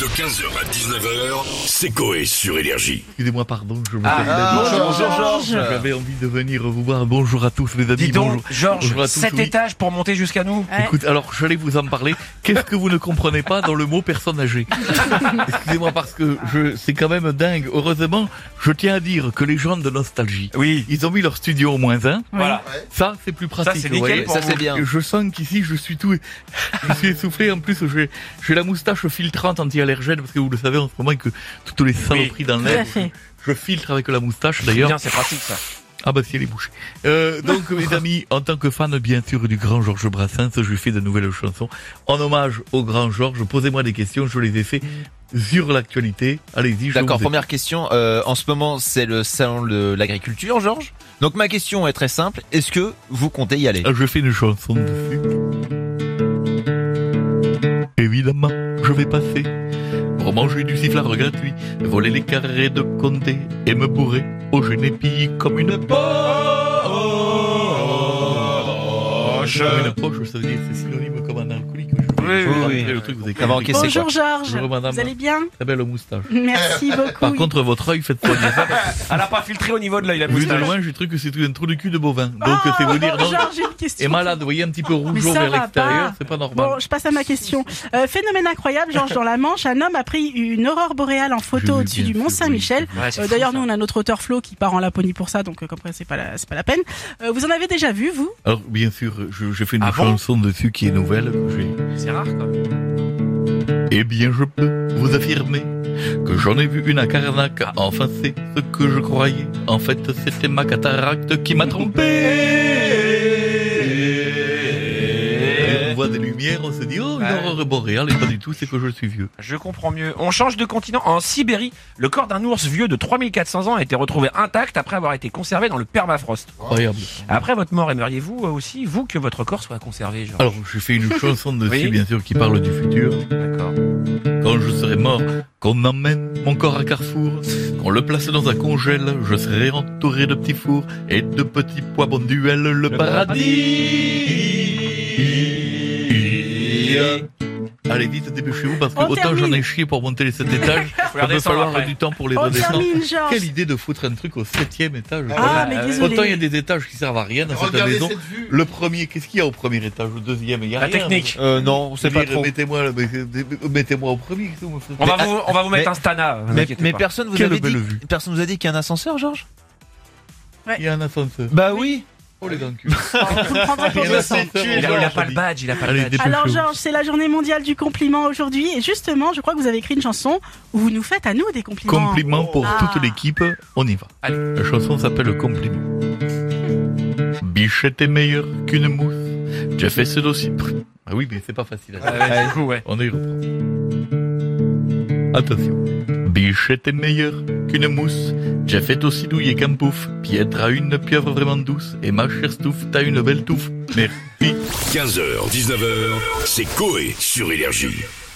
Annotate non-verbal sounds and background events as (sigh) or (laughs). De 15h à 19h, c'est Coé sur Énergie. Excusez-moi, pardon, je me Ah, permets la bonjour, vie. bonjour, Georges. J'avais envie de venir vous voir. Bonjour à tous, les amis. Dis bonjour. donc, Bonjour Georges, à tous, sept oui. étages pour monter jusqu'à nous Écoute, alors, j'allais vous en parler. Qu'est-ce que vous ne comprenez pas dans le mot personne âgée Excusez-moi, parce que je, c'est quand même dingue. Heureusement, je tiens à dire que les gens de nostalgie, Oui. ils ont mis leur studio au moins un. Voilà. Ça, c'est plus pratique. Ça, c'est vous voyez. nickel pour vous. Et Je sens qu'ici, je suis tout, je suis essoufflé. En plus, j'ai, j'ai la moustache filtrante anti-allergène parce que vous le savez en ce moment que toutes les saloperies dans l'air. Je, je filtre avec la moustache d'ailleurs. Bien, c'est pratique ça. Ah bah si elle est bouchée. Euh, donc mes amis, en tant que fan bien sûr du grand Georges Brassens, je fais de nouvelles chansons en hommage au grand Georges. Posez-moi des questions, je les ai fait sur l'actualité. Allez-y, je D'accord, vous écoute. première question. Euh, en ce moment, c'est le salon de l'agriculture, Georges. Donc ma question est très simple. Est-ce que vous comptez y aller Ah, Je fais une chanson dessus. Évidemment, je vais passer pour manger du sifflard gratuit, voler les carrés de Condé et me bourrer au génépi comme une poche. Comme une poche, ça veut dire que c'est synonyme comme un alcoolique. Je vais- Oui, je vais oui, rentrer oui. le truc, vous avez Avant compris. qu'il s'écroule. Bonjour Georges, Bonjour, madame. vous allez bien Très belle moustache. (laughs) Merci Par beaucoup. contre, votre œil, faites pas bien ça. parce que Elle a pas filtré au niveau de l'œil, la Vu de moustache. loin, j'ai cru que c'était un trou de cul de bovin. Oh, Donc, c'est vous dire, non, Georges, j'ai une et question. malade, vous voyez, un petit peu rougeau ça vers va l'extérieur, pas. c'est pas normal. Bon, je passe à ma question. Euh, phénomène incroyable, Georges, dans la Manche, un homme a pris une aurore boréale en Je photo veux au-dessus bien Ah, du Mont ce Saint-Michel. bruit. Ouais, c'est Euh, fou, D'ailleurs, ça. nous, on a notre auteur Flo qui part en Laponie pour ça, donc euh, comme quoi, c'est pas la, c'est pas la peine. Euh, vous en avez déjà vu, vous Alors, bien sûr, je, je fais une Ah bon Euh. chanson dessus qui est nouvelle. que j'ai. C'est rare quoi. Eh bien, je peux vous affirmer que j'en ai vu une à Carnac. Enfin, c'est ce que je croyais. En fait, c'était ma cataracte qui m'a trompé. On voit des lumières, on se dit, oh, une Ouais. aurore boréale, et pas du tout, c'est que je suis vieux. Je comprends mieux. On change de continent. En Sibérie, le corps d'un ours vieux de 3400 ans a été retrouvé intact après avoir été conservé dans le permafrost. Incroyable. Après votre mort, aimeriez-vous euh, aussi, vous, que votre corps soit conservé, Georges Alors, j'ai fait une chanson dessus, Oui. bien sûr, qui parle du futur. D'accord. Quand je serai mort, qu'on emmène mon corps à Carrefour, qu'on le place dans un congèle, je serai entouré de petits fours et de petits pois bon duel, le, paradis. Allez, vite, dépêchez-vous, parce que On autant j'en ai termine. chier pour monter les sept étages, Faut il va redescendre falloir après. du temps pour les On redescendre. termine, Quelle Georges. idée de foutre un truc au septième étage. Ah, Euh, mais autant il y a désolé. des étages qui servent à rien dans cette Regardez maison. cette vue. Le premier, qu'est-ce qu'il y a au premier étage Au deuxième, il y a La rien. technique. Euh, Non, c'est pas Dire, trop. Mettez-moi, le- mettez- mettez-moi au premier. qu'est-ce que vous me faites On va, vous, on va vous mettre mais- un stana. vous Mais, inquiétez mais pas. personne vous Quelle avait belle dit. vue. Personne vous a dit qu'il y a un ascenseur, Georges Il y a un ascenseur. Bah oui. Oh les dents de cul. Vous le prendrez pour Il y a deux un cents. ascenseur. Il a, il a pas le badge, il a pas le Allez, badge. dé- Alors, Chaud. Georges, c'est la journée mondiale du compliment aujourd'hui, et justement, je crois que vous avez écrit une chanson où vous nous faites à nous des compliments. (laughs) Compliment pour Ah. toute l'équipe, on y va. Allez. La chanson s'appelle Compliment. Bichette est meilleure qu'une mousse. J'ai fait ce dossier. Ah oui, mais c'est pas facile. à dire. Ouais, ouais, Euh, du coup, ouais. On y reprend. Attention. Bichette est meilleure qu'une mousse. J'ai fait aussi douiller qu'un pouf. Pietre a une pieuvre vraiment douce. Et ma chère stouffe, t'as une belle touffe. Merci. 15h, 19h, c'est Coé sur Énergie.